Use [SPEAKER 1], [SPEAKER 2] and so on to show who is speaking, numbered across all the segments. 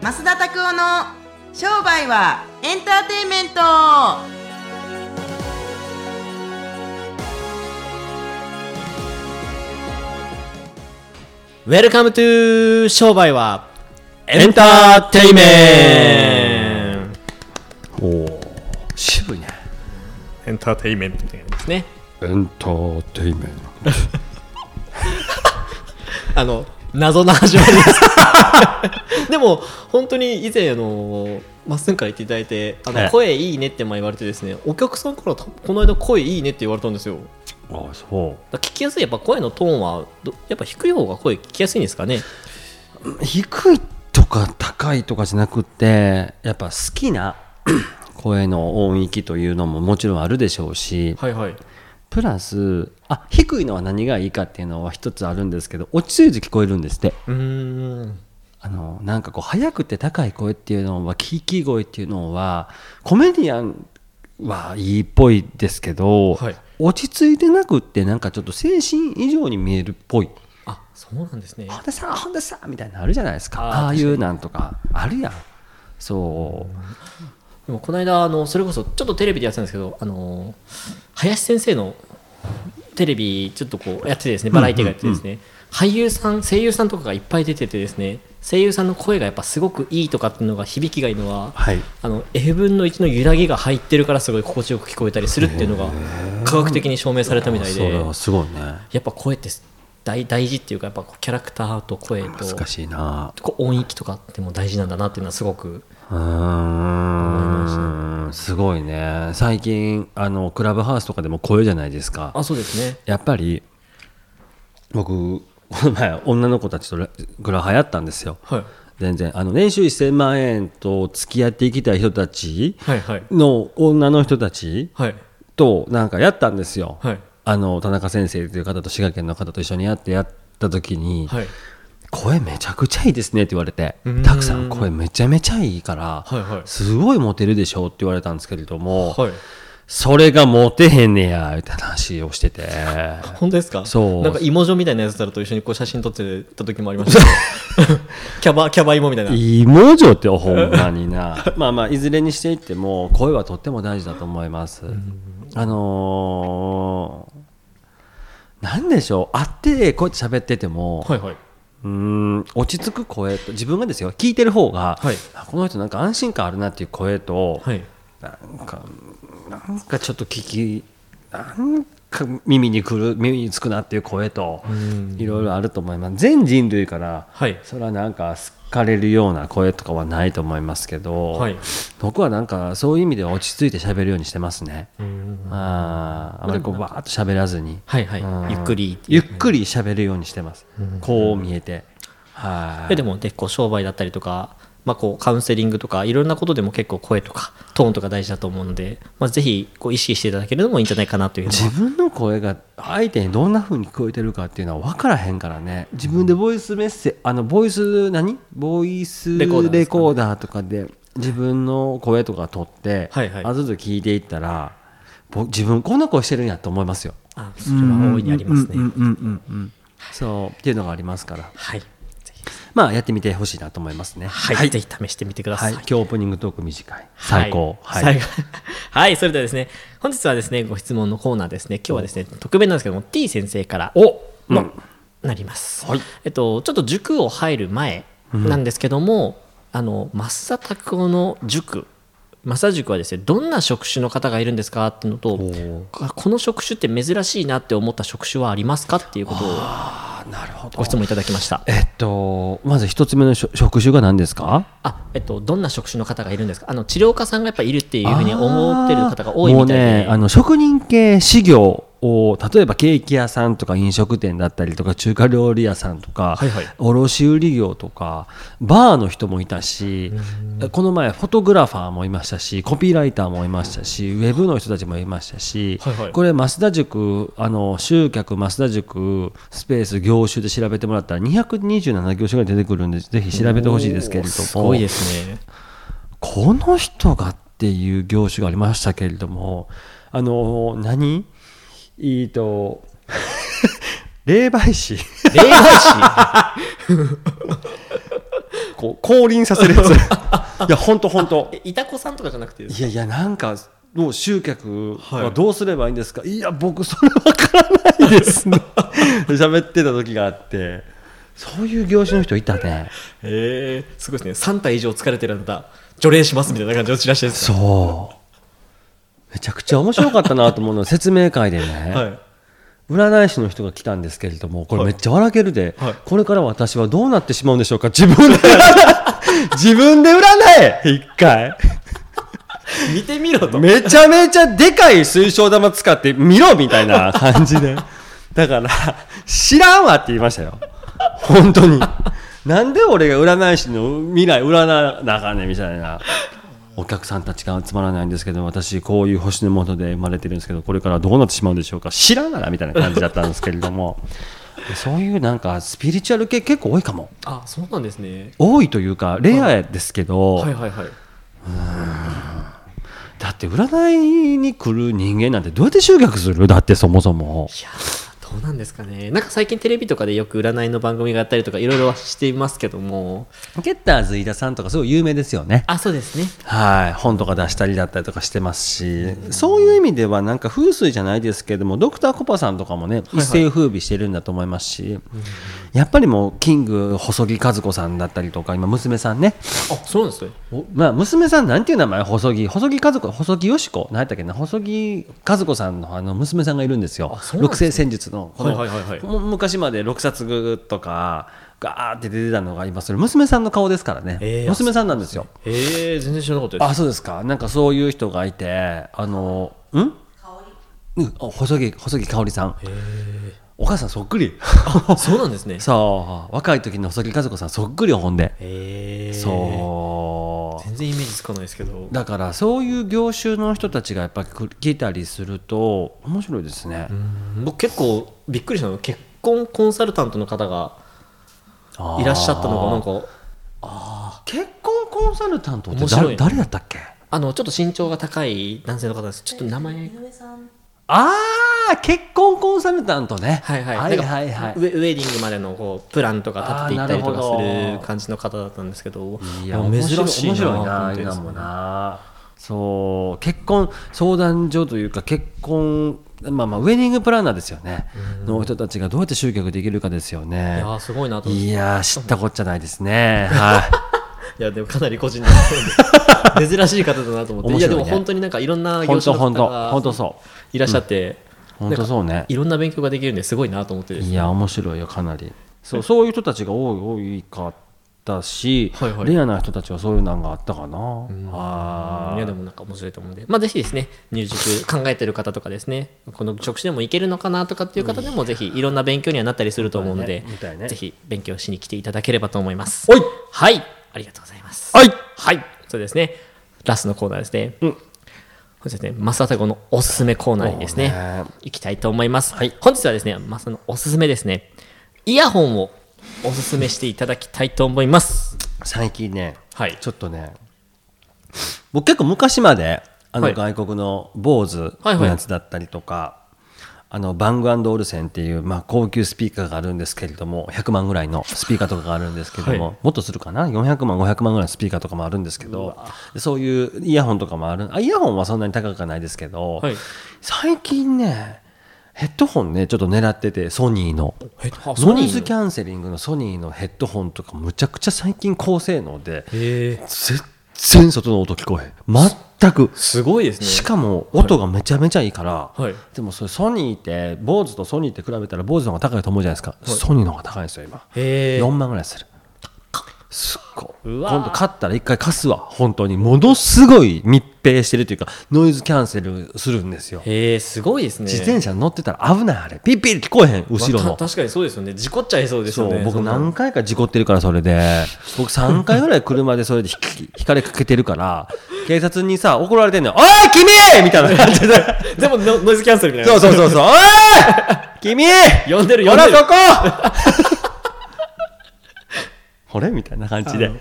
[SPEAKER 1] 増田拓夫の商売はエンターテインメント
[SPEAKER 2] ウェルカムトゥー商売は
[SPEAKER 3] エンターテイメントおお
[SPEAKER 2] 渋いね
[SPEAKER 4] エンターテインメントみたいなですね。
[SPEAKER 3] エンターテイメント
[SPEAKER 2] あの謎の始まりです でも本当に以前あのまっすんから言っていただいてあの、
[SPEAKER 3] ええ
[SPEAKER 2] 声いいねって前言われてですねお客さんからたこの間声いいねって言われたんですよだか
[SPEAKER 3] あそ
[SPEAKER 2] ら聞きやすいやっぱ声のトーンはどやっぱ低い方が声聞きやすいんですかね
[SPEAKER 3] う低いとか高いとかじゃなくってやっぱ好きな 声の音域というのももちろんあるでしょうし、
[SPEAKER 2] はいはい
[SPEAKER 3] プラスあ低いのは何がいいかっていうのは一つあるんですけど落ち着いて聞こえるんですって
[SPEAKER 2] うーん
[SPEAKER 3] あのなんかこう速くて高い声っていうのは聞き声っていうのはコメディアンはいいっぽいですけど、
[SPEAKER 2] はい
[SPEAKER 3] 落ち着いてなくってなんかちょっと精神以上に見えるっぽい
[SPEAKER 2] あそうなんですね
[SPEAKER 3] 「本田さん本田さん」みたいなのあるじゃないですか
[SPEAKER 2] あー
[SPEAKER 3] ああいうなんとかあるやんそう
[SPEAKER 2] でもこの間あのそれこそちょっとテレビでやってたんですけどあの林先生のテレビちょっとこうやっててですねバラエティがやっててですね、俳優さん声優さんとかがいっぱい出ててですね声優さんの声がやっぱすごくいいとかっていうのが響きがいいのは
[SPEAKER 3] はい
[SPEAKER 2] あの F 分の1の揺らぎが入ってるからすごい心地よく聞こえたりするっていうのが科学的に証明されたみたい
[SPEAKER 3] そ
[SPEAKER 2] で
[SPEAKER 3] れはすごいね
[SPEAKER 2] やっぱ声って大大事っていうかやっぱこうキャラクターと声と
[SPEAKER 3] 難しいな
[SPEAKER 2] こう音域とかっても大事なんだなっていうのはすごく
[SPEAKER 3] うーんすごいね最近あのクラブハウスとかでも声じゃないですか
[SPEAKER 2] あそうですね
[SPEAKER 3] やっぱり僕この前女の子たちとラグラハやったんですよ
[SPEAKER 2] はい
[SPEAKER 3] 全然あの年収1000万円と付き合っていきたい人たち
[SPEAKER 2] はいはい
[SPEAKER 3] の女の人たち
[SPEAKER 2] はい
[SPEAKER 3] となんかやったんですよ、
[SPEAKER 2] はい
[SPEAKER 3] あの田中先生という方と滋賀県の方と一緒にやってやった時に、
[SPEAKER 2] はい
[SPEAKER 3] 声めちゃくちゃいいですねって言われて
[SPEAKER 2] ーん
[SPEAKER 3] たくさん声めちゃめちゃいいから、
[SPEAKER 2] はいはい
[SPEAKER 3] すごいモテるでしょうって言われたんですけれども、
[SPEAKER 2] はい
[SPEAKER 3] それがモテへんねやって話をしてて
[SPEAKER 2] 本当ですか
[SPEAKER 3] そう
[SPEAKER 2] なんか芋状みたいなやつだと一緒にこう写真撮ってた時もありましたけど キャバキャバ芋みたいない
[SPEAKER 3] いもじょってほんま になまあまあいずれにしていっても声はとっても大事だと思いますあのーなんでしょう会ってこうやって喋ってても、
[SPEAKER 2] はいはいう
[SPEAKER 3] ーん落ち着く声と自分がですよ聞いてる方が、
[SPEAKER 2] はい
[SPEAKER 3] あこの人なんか安心感あるなっていう声と、
[SPEAKER 2] はい
[SPEAKER 3] なんかなんかちょっと聞きなんか耳にくる耳につくなっていう声と
[SPEAKER 2] ん
[SPEAKER 3] いろいろあると思います全人類から、
[SPEAKER 2] はい
[SPEAKER 3] それはなんか好かれるような声とかはないと思いますけど、
[SPEAKER 2] はい
[SPEAKER 3] 僕はなんかそういう意味では落ち着いて喋るようにしてますね、
[SPEAKER 2] うん
[SPEAKER 3] あーあまりこうバーッと喋らずに。
[SPEAKER 2] はいは
[SPEAKER 3] うん
[SPEAKER 2] いゆっくり
[SPEAKER 3] ゆっくり喋るようにしてます、こう見えて、はい
[SPEAKER 2] えでもねこう商売だったりとかまあこうカウンセリングとかいろんなことでも結構声とかトーンとか大事だと思うのでまあぜひこう意識していただけるのもいいんじゃないかなというのは
[SPEAKER 3] 自分の声が相手にどんな風に聞こえてるかっていうのは分からへんからね自分でボイスメッセあのボイス何ボイス
[SPEAKER 2] レ
[SPEAKER 3] レコ
[SPEAKER 2] コーダーですかね
[SPEAKER 3] ーダーとかで自分の声とか取って、
[SPEAKER 2] はいはい
[SPEAKER 3] あずっと聞いていったらぼ自分こんな声してるんやと思いますよ。
[SPEAKER 2] あそれは大いにあります
[SPEAKER 3] うん
[SPEAKER 2] ね
[SPEAKER 3] うんうんうんそうっていうのがありますから
[SPEAKER 2] はいぜひ
[SPEAKER 3] まあやってみてほしいなと思いますね。
[SPEAKER 2] はい、
[SPEAKER 3] はい
[SPEAKER 2] ぜひ試してみてくださ
[SPEAKER 3] はい
[SPEAKER 2] い
[SPEAKER 3] 今日オープニングトーク短い最高
[SPEAKER 2] はい。最高 はい、それではですね、本日はですね、ご質問のコーナーですね、今日はですね、特別なんですけども、T 先生から
[SPEAKER 3] お
[SPEAKER 2] の、なります、
[SPEAKER 3] はい
[SPEAKER 2] えっと、ちょっと塾を入る前なんですけども、あの、増田拓夫の塾、増田塾はですね、どんな職種の方がいるんですかっていうのと、あこの職種って珍しいなって思った職種はありますかっていうことを
[SPEAKER 3] あなるほど
[SPEAKER 2] ご質問いただきました。
[SPEAKER 3] えっと、まず一つ目の職職種が何ですか
[SPEAKER 2] あえっと、どんな職種の方がいるんですかあの治療家さんがやっぱいるっていうふうに思ってる方が多いみたいで
[SPEAKER 3] もうね、あの職人系事業を例えばケーキ屋さんとか飲食店だったりとか中華料理屋さんとか、
[SPEAKER 2] はいはい
[SPEAKER 3] 卸売業とかバーの人もいたしこの前フォトグラファーもいましたしコピーライターもいましたしウェブの人たちもいましたし、
[SPEAKER 2] はいはい
[SPEAKER 3] これ増田塾あの集客増田塾スペース業種で調べてもらったら227業種が出てくるんでぜひ調べてほしいですけれども。
[SPEAKER 2] すごいです ね。
[SPEAKER 3] この人がっていう業種がありましたけれどもあの何えっと 霊媒師
[SPEAKER 2] 霊媒師
[SPEAKER 3] こ降臨させるやつ いや本当本 当
[SPEAKER 2] えいたこさんとかじゃなくてです
[SPEAKER 3] いやいやなんかもう集客
[SPEAKER 4] は
[SPEAKER 3] はいどうすればいいんですか、い、や僕それわからないですね 喋ってた時があってそういう業種の人いたね
[SPEAKER 2] えー、すごいですね3体以上疲れてるんだ除霊しますみたいな感じのチラシです
[SPEAKER 3] そうめちゃくちゃ面白かったなと思うのは説明会でね、
[SPEAKER 2] はい
[SPEAKER 3] 占い師の人が来たんですけれどもこれめっちゃ笑けるで、
[SPEAKER 4] はい
[SPEAKER 3] これから私はどうなってしまうんでしょうか自分で 自分で占え一回
[SPEAKER 2] 見てみろと
[SPEAKER 3] めちゃめちゃでかい水晶玉使って見ろみた いな感じで。だから、知らんわって言いましたよ。本当に。なんで俺が占い師の未来占わなあかんねんみたいな。お客さんたちが集まらないんですけど、私こういう星のもとで生まれてるんですけど、これからどうなってしまうんでしょうか知らんがなみたいな感じだったんですけれども。そういうなんかスピリチュアル系結構多いかも。
[SPEAKER 2] あそうなんですね
[SPEAKER 3] 多いというか、レアですけど、
[SPEAKER 2] はいはいはい
[SPEAKER 3] だって占いに来る人間なんてどうやって集客するだってそもそも
[SPEAKER 2] いやーどうなんですかねなんか最近テレビとかでよく占いの番組があったりとかいろいろはしていますけども
[SPEAKER 3] ゲッターズ飯田さんとかすごい有名ですよね
[SPEAKER 2] あそうですね
[SPEAKER 3] はい本とか出したりだったりとかしてますしそういう意味ではなんか風水じゃないですけどもドクターコパさんとかもね一世風靡してるんだと思いますし、やっぱりもうキング細木和子さんだったりとか今娘さんね
[SPEAKER 2] あそうなんですね
[SPEAKER 3] おまあ、娘さんなんていう名前細木細木和子細木よし子何やったっけな細木和子さんのあの娘さんがいるんですよ
[SPEAKER 2] そうなん
[SPEAKER 3] 六
[SPEAKER 2] ですね
[SPEAKER 3] 星戦術のこの、
[SPEAKER 2] はいはいはいはい
[SPEAKER 3] もう昔まで六冊とかガーって出てたのが今それ娘さんの顔ですからね、
[SPEAKER 2] えー
[SPEAKER 3] 娘さんなんですよ
[SPEAKER 2] ええ全然知らなかったです
[SPEAKER 3] あそうですかなんかそういう人がいてあのんうんあ細木細木香織さんお母さんそ っくり
[SPEAKER 2] あそうなんですね
[SPEAKER 3] そう若い時の細木和子さんそっくりよほんで、
[SPEAKER 2] ええ
[SPEAKER 3] そう
[SPEAKER 2] 全然イメージつかないですけど
[SPEAKER 3] だからそういう業種の人たちがやっぱり来たりすると面白いですね。
[SPEAKER 2] 僕結構びっくりしたの結婚コンサルタントの方が
[SPEAKER 3] あー
[SPEAKER 2] いらっしゃったのがなんか
[SPEAKER 3] 結婚コンサルタントって
[SPEAKER 2] 面白いね
[SPEAKER 3] 誰誰だったっけ
[SPEAKER 2] あのちょっと身長が高い男性の方ですちょっと名前
[SPEAKER 3] ああ結婚コンサルタントね。
[SPEAKER 2] はいはい、
[SPEAKER 3] はいはい
[SPEAKER 2] なんか
[SPEAKER 3] は
[SPEAKER 2] ウェウェディングまでのこうプランとか立っていったりと
[SPEAKER 3] あー
[SPEAKER 2] か
[SPEAKER 3] なるほ
[SPEAKER 2] す
[SPEAKER 3] ど
[SPEAKER 2] る感じの方だったんですけど
[SPEAKER 3] い。いや
[SPEAKER 2] あ
[SPEAKER 3] 面白
[SPEAKER 2] 珍
[SPEAKER 3] い
[SPEAKER 2] しいな
[SPEAKER 3] 面白いな
[SPEAKER 2] と思って
[SPEAKER 3] 今もな。そう結婚相談所というか結婚まあまあウェディングプランナーですよね。の人たちがどうやって集客できるかですよ
[SPEAKER 2] い
[SPEAKER 3] ね
[SPEAKER 2] や。ーすごいなと思って
[SPEAKER 3] いやー知ったこっちゃないですね。はい。
[SPEAKER 2] いやでもかなり個人的なんで 珍しい方だなと思って、
[SPEAKER 3] 面
[SPEAKER 2] いや
[SPEAKER 3] 白い
[SPEAKER 2] でも
[SPEAKER 3] ね
[SPEAKER 2] 本当になんかいろんな 業
[SPEAKER 3] 本
[SPEAKER 2] 種
[SPEAKER 3] 当
[SPEAKER 2] の方
[SPEAKER 3] 本当
[SPEAKER 2] が
[SPEAKER 3] 本当そう。
[SPEAKER 2] いらっしゃって、
[SPEAKER 3] 本当そうね
[SPEAKER 2] いろんな勉強ができるんですごいなと思ってです
[SPEAKER 3] いや面白いよかなりそうそういう人たちが多い多かったし、
[SPEAKER 2] はいはい
[SPEAKER 3] レアな人たちはそういうのがあったかな、あ
[SPEAKER 2] いやでもなんか面白いと思うんで、まあ、ぜひですね入塾考えてる方とかですねこの職種でもいけるのかなとかっていう方でもぜひいろんな勉強にはなったりすると思うので、
[SPEAKER 3] みたいね
[SPEAKER 2] ぜひ勉強しに来ていただければと思います
[SPEAKER 3] おい
[SPEAKER 2] はいありがとうございます
[SPEAKER 3] はい
[SPEAKER 2] はいそうですねラストのコーナーですね
[SPEAKER 3] うん
[SPEAKER 2] そうですねマサタコのおすすめコーナーにですね
[SPEAKER 3] そうね
[SPEAKER 2] いきたいと思います、本日はですねマサのおすすめですねイヤホンをおすすめしていただきたいと思います
[SPEAKER 3] 最近ね、
[SPEAKER 2] はい
[SPEAKER 3] ちょっとね僕結構昔まで
[SPEAKER 2] は
[SPEAKER 3] あの
[SPEAKER 2] い
[SPEAKER 3] 外国の坊主
[SPEAKER 2] はい
[SPEAKER 3] のやつだったりとか、あのバングオルセンっていう、まあ、高級スピーカーがあるんですけれども100万ぐらいのスピーカーとかがあるんですけども、
[SPEAKER 2] は
[SPEAKER 3] もっとするかな400万500万ぐらいのスピーカーとかもあるんですけどそういうイヤホンとかもあるあイヤホンはそんなに高くないですけど、
[SPEAKER 2] はい
[SPEAKER 3] 最近ねヘッドホンねちょっと狙っててソニーの
[SPEAKER 2] えっとあソ
[SPEAKER 3] ノ
[SPEAKER 2] ニーの
[SPEAKER 3] イズキャンセリングのソニーのヘッドホンとかむちゃくちゃ最近高性能で
[SPEAKER 2] え
[SPEAKER 3] 全然外の音聞こえへん全く
[SPEAKER 2] すごいですね
[SPEAKER 3] しかも音がめちゃめちゃいいから、
[SPEAKER 2] はい
[SPEAKER 3] でもそれソニーって坊主とソニーって比べたら坊主の方が高いと思うじゃないですか、ソニーの方が高いんですよ今
[SPEAKER 2] へえ
[SPEAKER 3] 4万ぐらいするすっごいう
[SPEAKER 2] わー
[SPEAKER 3] 今度買ったら一回貸すわ本当にものすごい密閉してるというかノイズキャンセルするんですよ
[SPEAKER 2] へえすごいですね。
[SPEAKER 3] 自転車乗ってたら危ないあれピッピッ聞こえへん後ろ
[SPEAKER 2] ま
[SPEAKER 3] の
[SPEAKER 2] あた確かにそうですよね。事故っちゃいそうです
[SPEAKER 3] そ
[SPEAKER 2] よね。
[SPEAKER 3] う僕
[SPEAKER 2] んな
[SPEAKER 3] 何回か事故ってるからそれで僕3回ぐらい車でそれでひ きひかれかけてるから警察にさ怒られてんのよ「おい君!」み たいな感じで
[SPEAKER 2] でもノノイズキャンセルみたいな。
[SPEAKER 3] そうそうそうそう「おい君
[SPEAKER 2] 呼んでる呼
[SPEAKER 3] ほ
[SPEAKER 2] んで
[SPEAKER 3] ら
[SPEAKER 2] る
[SPEAKER 3] そこ! 」ほれみたいな感じで、
[SPEAKER 2] ま
[SPEAKER 3] ね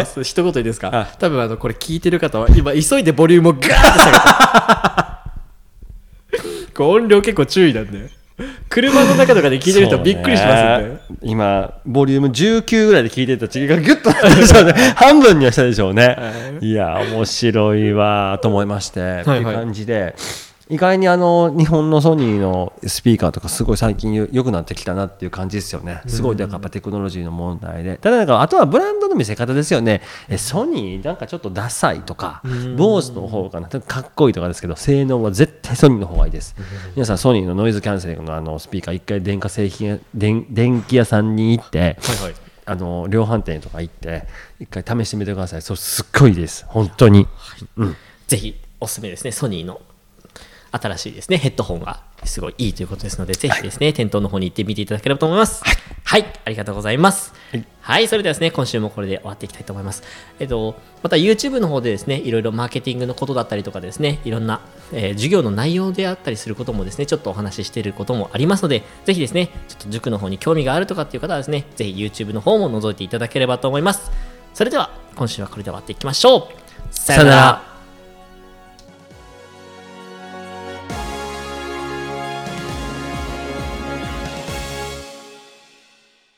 [SPEAKER 2] あ、一言いいですか、
[SPEAKER 3] はい
[SPEAKER 2] 多分あのこれ聞いてる方は今急いでボリュームをガーッ て下げたこう音量結構注意なんで車の中とかで聞いてるとびっくりしますよね
[SPEAKER 3] そうね今ボリューム19ぐらいで聞いてたちがギュッとなったでしょうね半分にはしたでしょうね、い、や面白いわと思いまして、
[SPEAKER 2] はい
[SPEAKER 3] っていう感じで意外にあの日本のソニーのスピーカーとかすごい最近よ良くなってきたなっていう感じですよねすごいだからやっぱテクノロジーの問題でただなんかあとはブランドの見せ方ですよねえソニーなんかちょっとダサいとか坊主の方かなかっこいいとかですけど性能は絶対ソニーの方がいいです皆さんソニーのノイズキャンセリングのあのスピーカー一回電化製品屋電電気屋さんに行って
[SPEAKER 2] はいはい
[SPEAKER 3] あの量販店とか行って一回試してみてくださいそれすっごいいいです本当に
[SPEAKER 2] ぜひおすすめですね、ソニーの新しいですね、ヘッドホンがすごいいいということですので、ぜひですね、店頭の方に行ってみていただければと思います。はい、ありがとうございます。はい、それではですね、今週もこれで終わっていきたいと思います。えっと、また YouTube の方でですね、いろいろマーケティングのことだったりとかですね、いろんな、えー授業の内容であったりすることもですね、ちょっとお話ししていることもありますので、ぜひですね、ちょっと塾の方に興味があるとかっていう方はですね、ぜひ YouTube の方も覗いていただければと思います。それでは、今週はこれで終わっていきましょう。さよな
[SPEAKER 3] さよな
[SPEAKER 2] ら
[SPEAKER 3] ら。